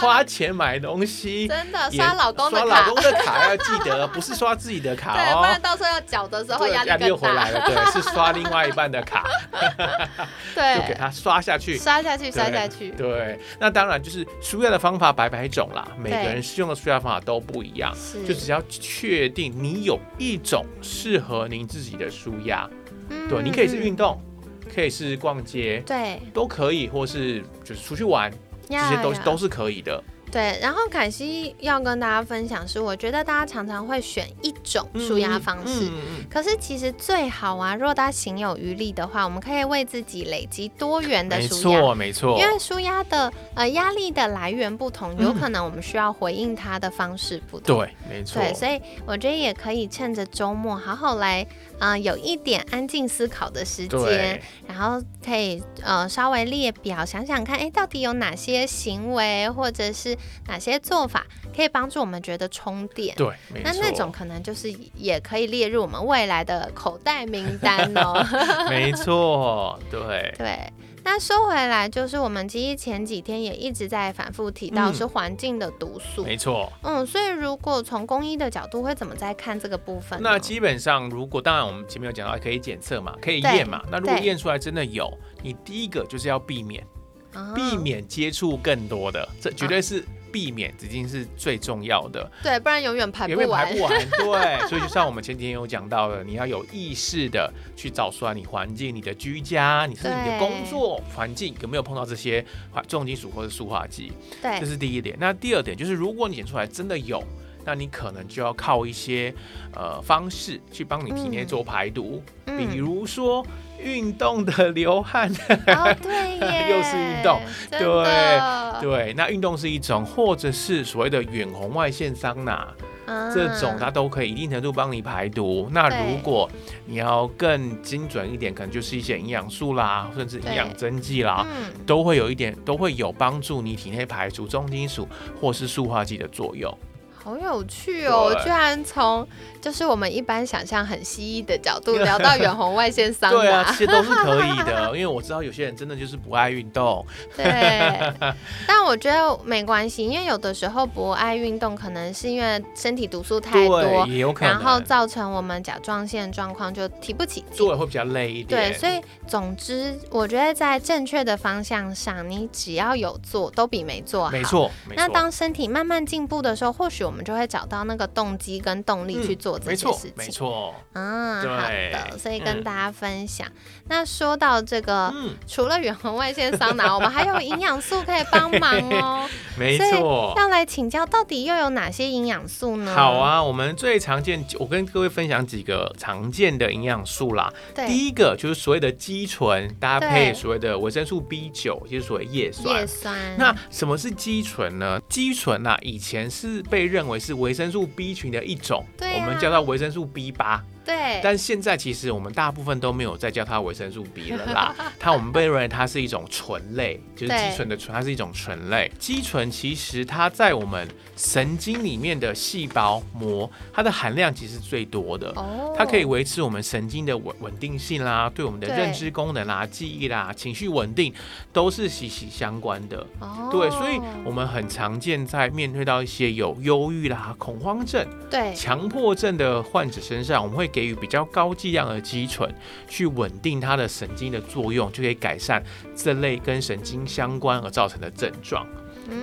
Speaker 2: 花钱买东西。
Speaker 1: 真的
Speaker 2: 也
Speaker 1: 刷老公的
Speaker 2: 刷
Speaker 1: 卡
Speaker 2: 老，公的卡要记得，不是刷自己的卡
Speaker 1: 对，不
Speaker 2: 哦
Speaker 1: 然。到时候要缴的时候
Speaker 2: 对
Speaker 1: 压
Speaker 2: 压力
Speaker 1: 力
Speaker 2: 又
Speaker 1: 更
Speaker 2: 回
Speaker 1: 大
Speaker 2: 来。了，对，是刷另外一半的卡，就
Speaker 1: [laughs]
Speaker 2: 给
Speaker 1: 对，
Speaker 2: 他刷下去。
Speaker 1: 刷下 [laughs] 去，
Speaker 2: 对
Speaker 1: 刷下去。
Speaker 2: 对，那当然就是舒压的方法百百种啦，每个
Speaker 1: 对嗯
Speaker 2: 人适用的舒压方法都不一样，
Speaker 1: 是，
Speaker 2: 就只要确定你有一种适合您自己的舒压，对，
Speaker 1: 嗯
Speaker 2: 你可以是。
Speaker 1: 嗯
Speaker 2: 运动，可以是逛街，
Speaker 1: 对，
Speaker 2: 都可以，或是就是出去玩，这
Speaker 1: 呀
Speaker 2: 些都
Speaker 1: 呀
Speaker 2: 都是可以的。
Speaker 1: 对，然后凯西要跟大家分享是，我觉得大家常常会选一种舒压方式，
Speaker 2: 嗯嗯
Speaker 1: 可是其实最好啊，若大家行有余力的话，我们可以为自己累积多元
Speaker 2: 嗯
Speaker 1: 的
Speaker 2: 没
Speaker 1: 舒压。
Speaker 2: 错没错
Speaker 1: 因，为舒压的呃压力的来源不同，有
Speaker 2: 嗯
Speaker 1: 可能我们需要回应它的方式不同。
Speaker 2: 对没错，
Speaker 1: 对，所以我觉得也可以趁着周末好好来，呃，有一点安静思考的时间
Speaker 2: 对，
Speaker 1: 然后可以呃稍微列表，想想看，哎，到底有哪些行为或者是哪些做法可以帮助我们觉得充电。
Speaker 2: 对没
Speaker 1: 那
Speaker 2: 错，
Speaker 1: 那种可能就是也可以列入
Speaker 2: [laughs]
Speaker 1: 我们未来的口袋名单哦。 [laughs]
Speaker 2: 没错，对。
Speaker 1: 对，那说回来，就是我们其实前几天也一直在反复提到
Speaker 2: 嗯
Speaker 1: 是环境的毒素。
Speaker 2: 没错。
Speaker 1: 嗯，所以如果从公医的角度，会怎么在看这个部分呢？
Speaker 2: 那基本上，如果当然我们前面有讲到可以检测嘛，可以
Speaker 1: 对
Speaker 2: 验嘛。那如果
Speaker 1: 对
Speaker 2: 验出来真的有，你第一个就是要避免，
Speaker 1: 啊
Speaker 2: 避免接触更多的，这绝对是避免，已经是最重要的。
Speaker 1: 对，不然永远啊排
Speaker 2: 也
Speaker 1: 不
Speaker 2: 会
Speaker 1: 完。
Speaker 2: 排不完，对，所以就像我们前几天有讲到的，你要有意识的去找出来你环境、你的居家，你甚至你
Speaker 1: 对
Speaker 2: 的工作环境有没有碰到这些环重金属或者塑化剂，
Speaker 1: 对
Speaker 2: 这，是第一点。那第二点就是，如果你检出来真的有，那你可能就要靠一些呃方式去帮你体内
Speaker 1: 嗯
Speaker 2: 做排毒，比
Speaker 1: 嗯，
Speaker 2: 如说运动的流汗，
Speaker 1: 哦， [laughs] 对耶，
Speaker 2: [laughs] 又是运动，
Speaker 1: 真
Speaker 2: 对
Speaker 1: 的，
Speaker 2: 对，那运动是一种，或者是所谓的远红外线桑拿，
Speaker 1: 嗯
Speaker 2: 这种它都可以一定程度帮你排毒。那如
Speaker 1: 对
Speaker 2: 果你要更精准一点，可能就是一些营养素啦，甚至营养
Speaker 1: 对
Speaker 2: 针剂啦，
Speaker 1: 嗯，
Speaker 2: 都会有一点，都会有帮助你体内排除重金属或是塑化剂的作用。
Speaker 1: 好有趣哦！
Speaker 2: 对
Speaker 1: 居然从就是我们一般想象很西医的角
Speaker 2: [laughs]
Speaker 1: 度聊到远红外线桑
Speaker 2: 对啊，
Speaker 1: 拿，
Speaker 2: 其实都是可以的， [laughs] 因为我知道有些人真的就是不爱运动，
Speaker 1: 对。
Speaker 2: [laughs]
Speaker 1: 但我觉得没关系，因为有的时候不爱运动，可能是因为身体毒素太多
Speaker 2: 对，，也有可
Speaker 1: 然后
Speaker 2: 能，
Speaker 1: 造成我们甲状腺状况就提不起劲
Speaker 2: 做。了会比较累一
Speaker 1: 对，
Speaker 2: 点。
Speaker 1: 所以总之，我觉得在正确的方向上，你只要有做，都比没做好。
Speaker 2: 没。错，没
Speaker 1: 那
Speaker 2: 错。
Speaker 1: 当身体慢慢进步的时候，或许我们就会找到那个动机跟动力去做这
Speaker 2: 没
Speaker 1: 些
Speaker 2: 错
Speaker 1: 事，
Speaker 2: 嗯没
Speaker 1: 情。
Speaker 2: 错，
Speaker 1: 嗯，好
Speaker 2: 对
Speaker 1: 的，所以
Speaker 2: 嗯
Speaker 1: 跟大家分享。那说到这个，
Speaker 2: 嗯，
Speaker 1: 除了远红外线桑
Speaker 2: [laughs]
Speaker 1: 拿，我们还有营养素可以帮忙哦。
Speaker 2: 没
Speaker 1: 所以
Speaker 2: 错。
Speaker 1: 要来请教，到底又有哪些营养素呢？
Speaker 2: 好，啊，我们最常见，我跟各位分享几个常见的营养素啦。
Speaker 1: 对，
Speaker 2: 第一个就是所谓的肌醇，搭配
Speaker 1: 对
Speaker 2: 所谓的维生素 B 九，就是所谓叶酸
Speaker 1: 叶。酸。
Speaker 2: 那什么是肌醇呢？肌醇呐、啊，以前是被认为是维生素 B 群的一种，
Speaker 1: 对啊
Speaker 2: 我们叫它维生素 B 八。
Speaker 1: 对，
Speaker 2: 但现在其实我们大部分都没有再叫它维生素 B 了
Speaker 1: [laughs]
Speaker 2: 啦，它我们被认为它是一种醇类，就是
Speaker 1: 对
Speaker 2: 肌醇的醇，它是一种醇类。肌醇其实它在我们神经里面的细胞膜，它的含量其实最多的。
Speaker 1: 哦，
Speaker 2: 它可以维持我们神经的稳稳定性啦，对我们的
Speaker 1: 对
Speaker 2: 认知功能啦、记忆啦、情绪稳定都是息息相关的。
Speaker 1: 哦，
Speaker 2: 对，所以我们很常见在面对到一些有忧郁啦、恐慌症、
Speaker 1: 对
Speaker 2: 强迫症的患者身上，我们会给予比较高剂量的肌醇，去稳定它的神经的作用，就可以改善这类跟神经相关而造成的症状。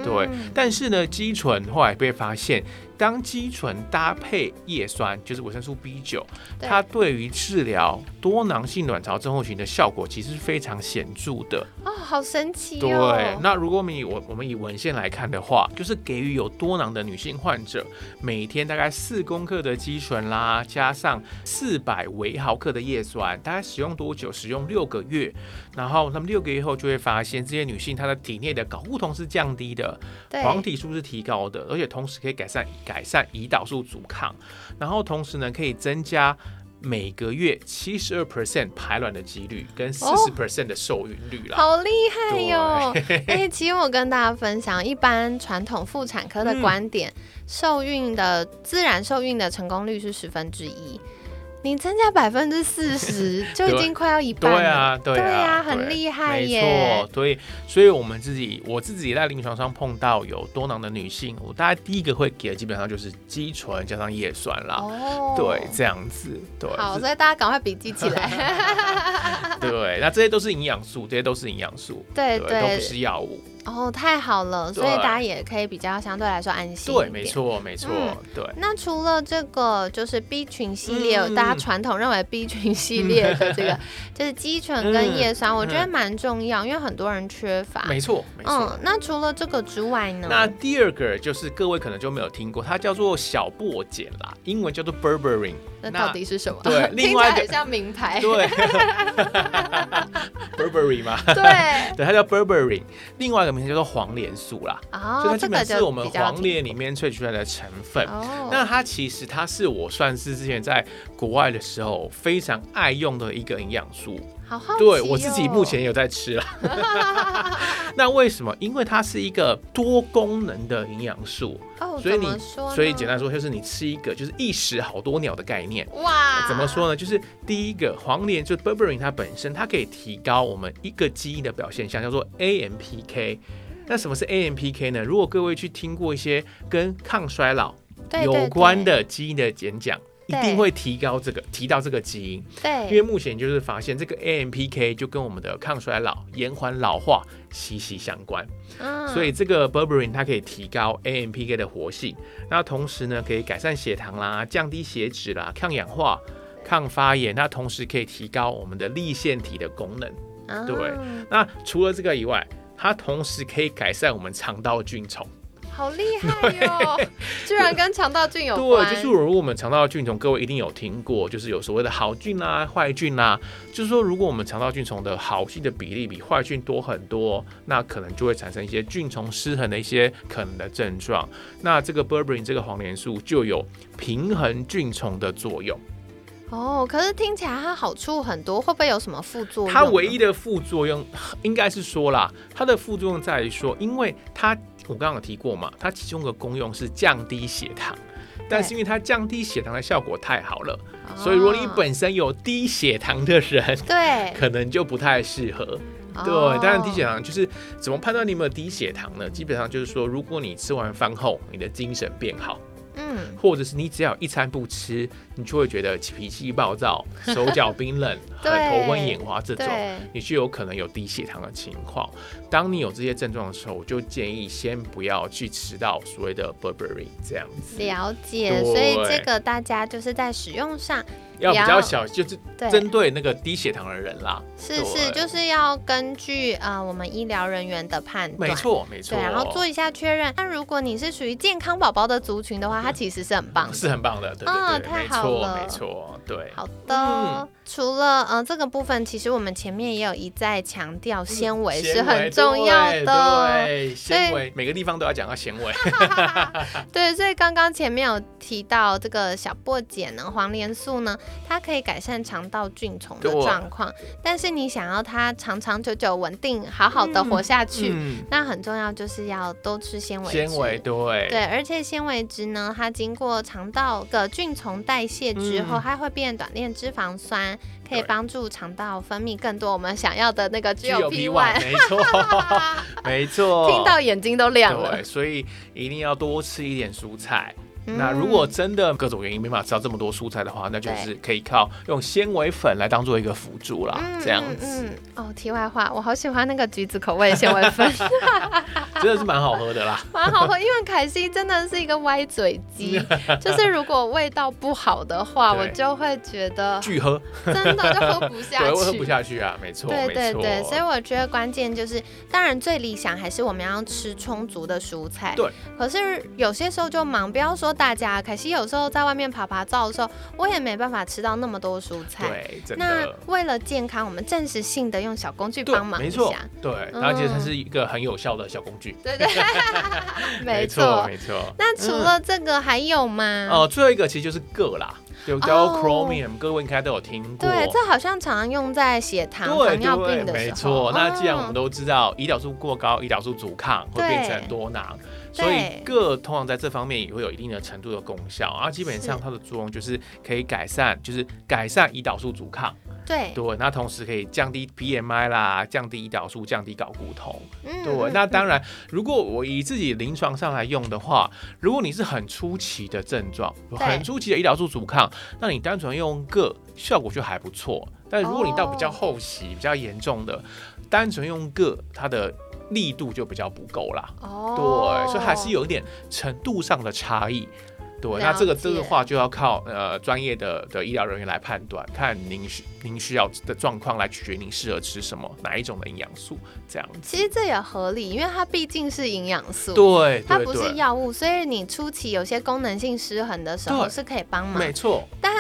Speaker 2: 对
Speaker 1: 嗯
Speaker 2: 但是呢，肌醇后来被发现，当肌醇搭配叶酸，就是维生素 B 九，
Speaker 1: 对
Speaker 2: 它对于治疗多囊性卵巢症候群的效果其实是非常显著的。
Speaker 1: 哦，好神奇
Speaker 2: 对
Speaker 1: 哦。，
Speaker 2: 那如果我们以我我们以文献来看的话，就是给予有多囊的女性患者每天大概四公克的肌醇啦，加上四百微毫克的叶酸，大概使用多久？使用六个月，然后那么六个月后就会发现，这些女性她的体内的睾固酮是降低的，
Speaker 1: 对
Speaker 2: 黄体素是提高的，而且同时可以改善改善胰岛素阻抗，然后同时呢可以增加。每个月七十二 percent 排卵的几率跟四十 percent 的受孕率啦，
Speaker 1: 好厉害哟、哎、其实我跟大家分享，一般传统妇产科的观点，
Speaker 2: 嗯
Speaker 1: 受孕的自然受孕的成功率是十分之一，你增加百分之四十，就已经快要一半
Speaker 2: 对
Speaker 1: 了。
Speaker 2: 啊，对啊，
Speaker 1: 对啊
Speaker 2: 对
Speaker 1: 很厉害
Speaker 2: 没
Speaker 1: 耶
Speaker 2: 错，所以所以我们自己，我自己在临床上碰到有多囊的女性，我大概第一个会给的基本上就是肌醇加上叶酸啦。
Speaker 1: 哦
Speaker 2: 对，这样子，对，
Speaker 1: 好，
Speaker 2: 是
Speaker 1: 所以大家赶快笔记起
Speaker 2: [laughs]
Speaker 1: 来。
Speaker 2: 对，那这些都是营养素，这些都是营养素，
Speaker 1: 对
Speaker 2: 都
Speaker 1: 对
Speaker 2: 不是药物，
Speaker 1: 哦，太好了，所以
Speaker 2: 对
Speaker 1: 大家也可以比较相对来说安心。
Speaker 2: 对，没。错，没错，
Speaker 1: 嗯
Speaker 2: 对，
Speaker 1: 那除了这个就是 B 群系列，
Speaker 2: 嗯
Speaker 1: 大家传统认为 B 群系列的
Speaker 2: [laughs]
Speaker 1: 这个、就是肌醇跟叶酸，我觉得蛮重要，因为很多人缺乏。
Speaker 2: 嗯没错，没错。
Speaker 1: 啊嗯，那除了这个之外呢？
Speaker 2: 那第二个就是各位可能就没有听过，它叫做小薄茧啦，英文叫做
Speaker 1: [laughs]
Speaker 2: berberine。
Speaker 1: 那到底是什么？ [laughs]
Speaker 2: 对
Speaker 1: 听
Speaker 2: 另
Speaker 1: 起
Speaker 2: 外一
Speaker 1: 来
Speaker 2: 个
Speaker 1: 很像名牌。[laughs]
Speaker 2: [laughs] 对，Burberry 嘛，
Speaker 1: 对，
Speaker 2: 对，它叫 Burberry，另外一个名字叫做黄连素啦，
Speaker 1: 哦，
Speaker 2: 所以它
Speaker 1: 这
Speaker 2: 基
Speaker 1: 个
Speaker 2: 本
Speaker 1: 就是
Speaker 2: 我们
Speaker 1: 比较
Speaker 2: 黄连里面萃取出来的成分。
Speaker 1: 哦，
Speaker 2: 那它其实它是我算是之前在国外的时候非常爱用的一个营养素，
Speaker 1: 好好奇、哦。
Speaker 2: 对我自己目前也有在吃啦。
Speaker 1: [laughs]
Speaker 2: 那为什么？因为它是一个多功能的营养素，
Speaker 1: 哦，
Speaker 2: 所以
Speaker 1: 怎么
Speaker 2: 你
Speaker 1: 说呢
Speaker 2: 所以简单说就是你吃一个就是一石好多鸟的概念。
Speaker 1: 哇，
Speaker 2: 怎么说呢？就是第一个黄连，就是 berberine 它本身，它可以提高我们一个基因的表现像叫做 AMPK。那什么是 AMPK 呢？如果各位去听过一些跟抗衰老
Speaker 1: 对
Speaker 2: 有
Speaker 1: 对
Speaker 2: 关
Speaker 1: 对
Speaker 2: 的基因的演讲，一
Speaker 1: 对
Speaker 2: 定会提高这个提到这个基因，因为
Speaker 1: 对
Speaker 2: 目前就是发现这个 AMPK 就跟我们的抗衰老、延缓老化息息相关。
Speaker 1: 嗯
Speaker 2: 所以这个 berberine 它可以提高 AMPK 的活性，那同时呢可以改善血糖啦、降低血脂啦、抗氧化、抗发炎，那同时可以提高我们的立腺体的功能。对
Speaker 1: 啊
Speaker 2: 那除了这个以外，它同时可以改善我们肠道菌虫。
Speaker 1: 好厉害
Speaker 2: [laughs]
Speaker 1: 哟、居然跟肠道菌有关，
Speaker 2: 对，就是如果我们肠道菌虫，各位一定有听过，就是有所谓的好菌啦、坏菌啦、就是说如果我们肠道菌虫的好菌的比例比坏菌多很多，那可能就会产生一些菌虫失衡的一些可能的症状。那这个 berberine 这个黄连素就有平衡菌虫的作用。
Speaker 1: 哦。可是听起来它好处很多，会不会有什么副作用呢？
Speaker 2: 它唯一的副作用应该是说啦，它的副作用在于说，因为它我刚刚有提过嘛，它其中一个功用是降低血糖，但是因为它降低血糖的效果太好了。
Speaker 1: 哦，
Speaker 2: 所以如果你本身有低血糖的人，
Speaker 1: 对
Speaker 2: 可能就不太适合。
Speaker 1: 哦
Speaker 2: 对，当然低血糖就是怎么判断你有没有低血糖呢？基本上就是说，如果你吃完饭后你的精神变好，
Speaker 1: 嗯
Speaker 2: 或者是你只要一餐不吃，你就会觉得脾气暴躁、手脚冰
Speaker 1: [laughs]
Speaker 2: 冷、很
Speaker 1: 对
Speaker 2: 头昏眼花这种。
Speaker 1: 对
Speaker 2: 你就有可能有低血糖的情况。当你有这些症状的时候，我就建议先不要去吃到所谓的 Burberry 这样子，
Speaker 1: 了解，
Speaker 2: 对
Speaker 1: 所以这个大家就是在使用上，
Speaker 2: 要比
Speaker 1: 了
Speaker 2: 较小，就是
Speaker 1: 嗯对，
Speaker 2: 针对那个低血糖的人啦。
Speaker 1: 是是，
Speaker 2: 对
Speaker 1: 就是要根据啊、呃我们医疗人员的判断，
Speaker 2: 没错，没错，
Speaker 1: 对，然后做一下确认。那如果你是属于健康宝宝的族群的话，它其实是很棒的。
Speaker 2: 嗯是很棒的，对
Speaker 1: 啊
Speaker 2: 对对，
Speaker 1: 太
Speaker 2: 没
Speaker 1: 好
Speaker 2: 错，
Speaker 1: 了
Speaker 2: 没错，对，
Speaker 1: 好的，
Speaker 2: 嗯
Speaker 1: 除了呃这个部分，其实我们前面也有一再强调，纤维是
Speaker 2: 嗯纤维
Speaker 1: 很重要
Speaker 2: 对
Speaker 1: 的。
Speaker 2: 对，纤维每个地方都要讲到纤维，
Speaker 1: 对，所以刚刚前面有提到这个小檗碱呢，黄连素呢，它可以改善肠道菌虫的
Speaker 2: 对
Speaker 1: 状况。但是你想要它长长久久、稳定、好好的活下去，
Speaker 2: 嗯，
Speaker 1: 那很重要就是要多吃纤维质。
Speaker 2: 纤维对，
Speaker 1: 对，而且纤维质呢，它经过肠道的菌丛代谢之后，
Speaker 2: 嗯
Speaker 1: 它会变短链脂肪酸，可以
Speaker 2: 对
Speaker 1: 帮助肠道分泌更多我们想要的那个
Speaker 2: 1
Speaker 1: GLP-1。
Speaker 2: 没错，
Speaker 1: [laughs]
Speaker 2: 没错，
Speaker 1: 听到眼睛都亮了
Speaker 2: 对，。所以一定要多吃一点蔬菜。
Speaker 1: 嗯
Speaker 2: 那如果真的各种原因没办法吃到这么多蔬菜的话，那就是可以靠用纤维粉来当做一个辅助啦，
Speaker 1: 嗯
Speaker 2: 这样子
Speaker 1: 嗯嗯哦，题外话，我好喜欢那个橘子口味的纤维粉， [laughs] 啊
Speaker 2: 真的是蛮好喝的啦。
Speaker 1: 蛮好喝。因为凯西真的是一个歪嘴
Speaker 2: [laughs]
Speaker 1: 鸡，就是如果味道不好的话，
Speaker 2: 对
Speaker 1: 我就会觉
Speaker 2: [laughs]
Speaker 1: 得
Speaker 2: 巨喝，
Speaker 1: 真的就喝不下
Speaker 2: 对，
Speaker 1: 去，
Speaker 2: 我喝不下去啊，没错，
Speaker 1: 对对
Speaker 2: 没错，
Speaker 1: 对，所以我觉得关键就是，当然最理想还是我们要吃充足的蔬菜。
Speaker 2: 对。
Speaker 1: 可是有些时候就忙，不要说大家，可惜有时候在外面爬爬照的时候，我也没办法吃到那么多蔬菜。
Speaker 2: 对，真
Speaker 1: 那
Speaker 2: 的。
Speaker 1: 为了健康，我们暂时性的用小工具
Speaker 2: 对
Speaker 1: 帮，忙
Speaker 2: 没
Speaker 1: 一
Speaker 2: 错
Speaker 1: 下。，
Speaker 2: 对，
Speaker 1: 嗯
Speaker 2: 而且它是一个很有效的小工具， [laughs]
Speaker 1: 对对，没错。嗯
Speaker 2: 没错。
Speaker 1: 那除了这个还有吗？
Speaker 2: 哦，最后一个其实就是铬啦，就 g o c h r o m i u m 各位应该都有听过。
Speaker 1: 哦对，这好像常常用在血糖、
Speaker 2: 对
Speaker 1: 糖尿病
Speaker 2: 对
Speaker 1: 的时候。哦
Speaker 2: 没错。那既然我们
Speaker 1: 都
Speaker 2: 都知道胰岛素过高，胰岛素阻抗会
Speaker 1: 对
Speaker 2: 变成多囊，所
Speaker 1: 对
Speaker 2: 以各通常在这方面也会有一定的程度的功效，然后基本上
Speaker 1: 是
Speaker 2: 它的作用就是可以改善，就是改善胰岛素阻抗，
Speaker 1: 对，
Speaker 2: 对，那同时可以降低 BMI 啦，降低胰岛素，降低睾固酮，
Speaker 1: 嗯
Speaker 2: 对。那当然，如果我以自己临床上来用的话，如果你是很初期的症状，有
Speaker 1: 对
Speaker 2: 很初期的胰岛素阻抗，那你单纯用铬效果就还不错。但如果你到比较
Speaker 1: 哦
Speaker 2: 后期、比较严重的，单纯用铬，它的力度就比较不够啦。对，
Speaker 1: 哦，
Speaker 2: 所以还是有一点程度上的差异。对，那
Speaker 1: 了
Speaker 2: 这个这
Speaker 1: 解
Speaker 2: 个话就要靠呃专业的的医疗人员来判断，看您需您需要的状况来取决您适合吃什么哪一种的营养素这样子。
Speaker 1: 其实这也合理，因为它毕竟是营养素，
Speaker 2: 对，
Speaker 1: 它
Speaker 2: 对
Speaker 1: 不
Speaker 2: 对
Speaker 1: 是药物，所以你初期有些功能性失衡的时候
Speaker 2: 对
Speaker 1: 是可以帮忙
Speaker 2: 没。错，
Speaker 1: 但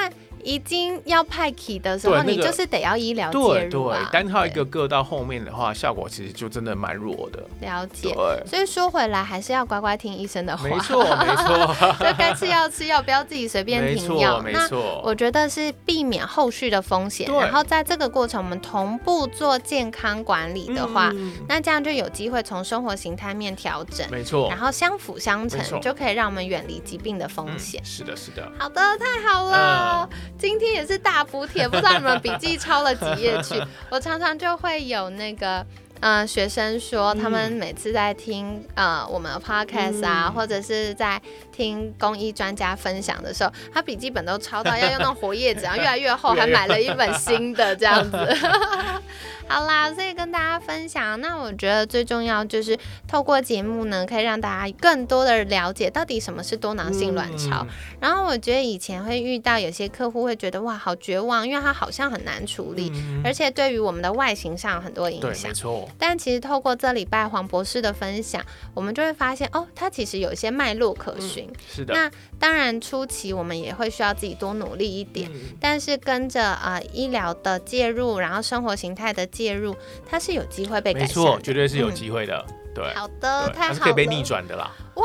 Speaker 1: 已经要派起的时候，
Speaker 2: 对那个
Speaker 1: 你就是得要医疗介
Speaker 2: 对
Speaker 1: 入啊
Speaker 2: 对，单靠一个个到后面的话，效果其实就真的蛮弱的。
Speaker 1: 对了解。
Speaker 2: 对，
Speaker 1: 所以说回来，还是要乖乖听医生的话。
Speaker 2: 没错没 [laughs] 错，
Speaker 1: 就该吃药吃药，不要自己随便
Speaker 2: 没
Speaker 1: 停药。
Speaker 2: 错没
Speaker 1: 那
Speaker 2: 错，
Speaker 1: 我觉得是避免后续的风险，
Speaker 2: 对
Speaker 1: 然后在这个过程，我们同步做健康管理的话，
Speaker 2: 嗯
Speaker 1: 那这样就有机会从生活形态面调整，
Speaker 2: 没错
Speaker 1: 然，后相辅相
Speaker 2: 没错
Speaker 1: 成，就可以让我们远离疾病的风
Speaker 2: 嗯
Speaker 1: 险。
Speaker 2: 是的是的，
Speaker 1: 好的，太好了！今天也是大补帖，不知道你们笔记抄了几页去？ [laughs] 我常常就会有那个。嗯，学生说他们每次在听、呃我们的 podcast 啊，或者是在听公益专家分享的时候，他笔记本都抄到要用那种活页纸，然后越来越厚，
Speaker 2: 越来
Speaker 1: 还
Speaker 2: 越
Speaker 1: 买了一本新的这样子。 [laughs] 好啦，所以跟大家分享，那我觉得最重要就是透过节目呢，可以让大家更多的了解到底什么是多囊性卵巢。
Speaker 2: 嗯
Speaker 1: 然后我觉得以前会遇到有些客户会觉得哇好绝望，因为它好像很难处理，
Speaker 2: 嗯
Speaker 1: 而且对于我们的外形上有很多影
Speaker 2: 对，
Speaker 1: 响
Speaker 2: 没。错，
Speaker 1: 但其实透过这礼拜黄博士的分享，我们就会发现哦，它其实有一些脉络可循。
Speaker 2: 是的。
Speaker 1: 那当然初期我们也会需要自己多努力一点，
Speaker 2: 嗯
Speaker 1: 但是跟着呃医疗的介入，然后生活形态的介入，它是有机会被改
Speaker 2: 没
Speaker 1: 善
Speaker 2: 错，
Speaker 1: 的。
Speaker 2: 绝对是有
Speaker 1: 嗯
Speaker 2: 机会的，对，
Speaker 1: 好的，
Speaker 2: 对
Speaker 1: 太好
Speaker 2: 它
Speaker 1: 了，
Speaker 2: 是可以被逆转的啦，
Speaker 1: 哇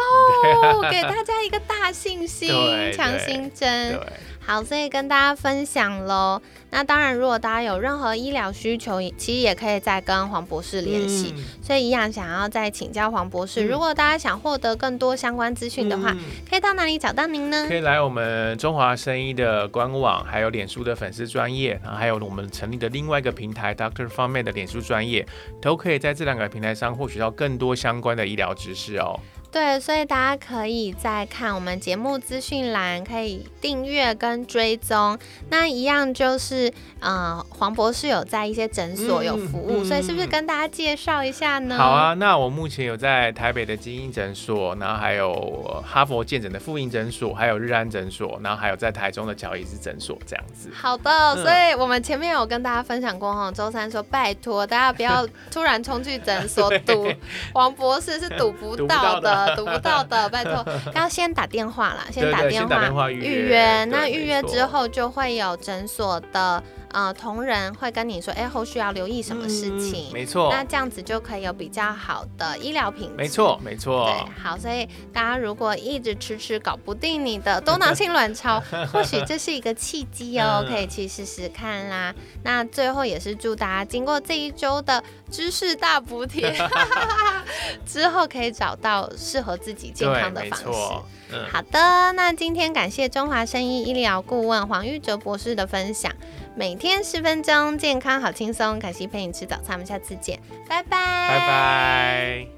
Speaker 1: 哦，给大家一个大信心
Speaker 2: [laughs] 对，
Speaker 1: 强心针。
Speaker 2: 对，
Speaker 1: 好，所以跟大家分享喽。那当然，如果大家有任何医疗需求，其实也可以再跟黄博士联系。
Speaker 2: 嗯
Speaker 1: 所以一样想要再请教黄博士，
Speaker 2: 嗯
Speaker 1: 如果大家想获得更多相关资讯的话，
Speaker 2: 嗯
Speaker 1: 可以到哪里找到您呢
Speaker 2: 可？以来我们中华生医的官网，还有脸书的粉丝专业，然后还有我们成立的另外一个平台 Doctor f a r m a 的脸书专业，都可以在这两个平台上获取到更多相关的医疗知识哦。
Speaker 1: 对，所以大家可以再看我们节目资讯栏，可以订阅跟追踪。那一样就是，呃，黄博士有在一些诊所有服务，
Speaker 2: 嗯嗯
Speaker 1: 所以是不是跟大家介绍一下呢？
Speaker 2: 好啊，那我目前有在台北的基因诊所，然后还有呃哈佛健诊的复印诊所，还有日安诊所，然后还有在台中的乔伊斯诊所这样子。
Speaker 1: 好的，
Speaker 2: 嗯
Speaker 1: 所以我们前面有跟大家分享过哈，周三说拜托大家不要突然冲去诊所
Speaker 2: [laughs]
Speaker 1: 赌，王博士是赌不到的，赌不到的，拜
Speaker 2: [laughs]
Speaker 1: 托，要先打电话啦，
Speaker 2: 对
Speaker 1: 打
Speaker 2: 对
Speaker 1: 电
Speaker 2: 先打电话预
Speaker 1: 预
Speaker 2: 约对
Speaker 1: 那
Speaker 2: 没
Speaker 1: 预约之
Speaker 2: 错
Speaker 1: 后就会有诊所的呃同仁会跟你说，哎，后续要留意什么事情
Speaker 2: 嗯，没错，
Speaker 1: 那这样子就可以有比较好的医疗品质。
Speaker 2: 没错，没错
Speaker 1: 对，，好，所以大家如果一直迟迟搞不定你的多囊性卵
Speaker 2: [laughs]
Speaker 1: 巢，或许这是一个契机哦，
Speaker 2: 嗯
Speaker 1: 可以去试试看啦。那最后也是祝大家经过这一周的知识大补
Speaker 2: [laughs]
Speaker 1: 贴，之后可以找到适合自己健
Speaker 2: 对，
Speaker 1: 康的
Speaker 2: 没
Speaker 1: 方式。
Speaker 2: 错，嗯，
Speaker 1: 好的，那今天感谢中华生医医疗顾问黄玉哲博士的分享，每天十分钟，健康好轻松。凯西陪你吃早餐，我们下次见，拜拜，
Speaker 2: 拜拜。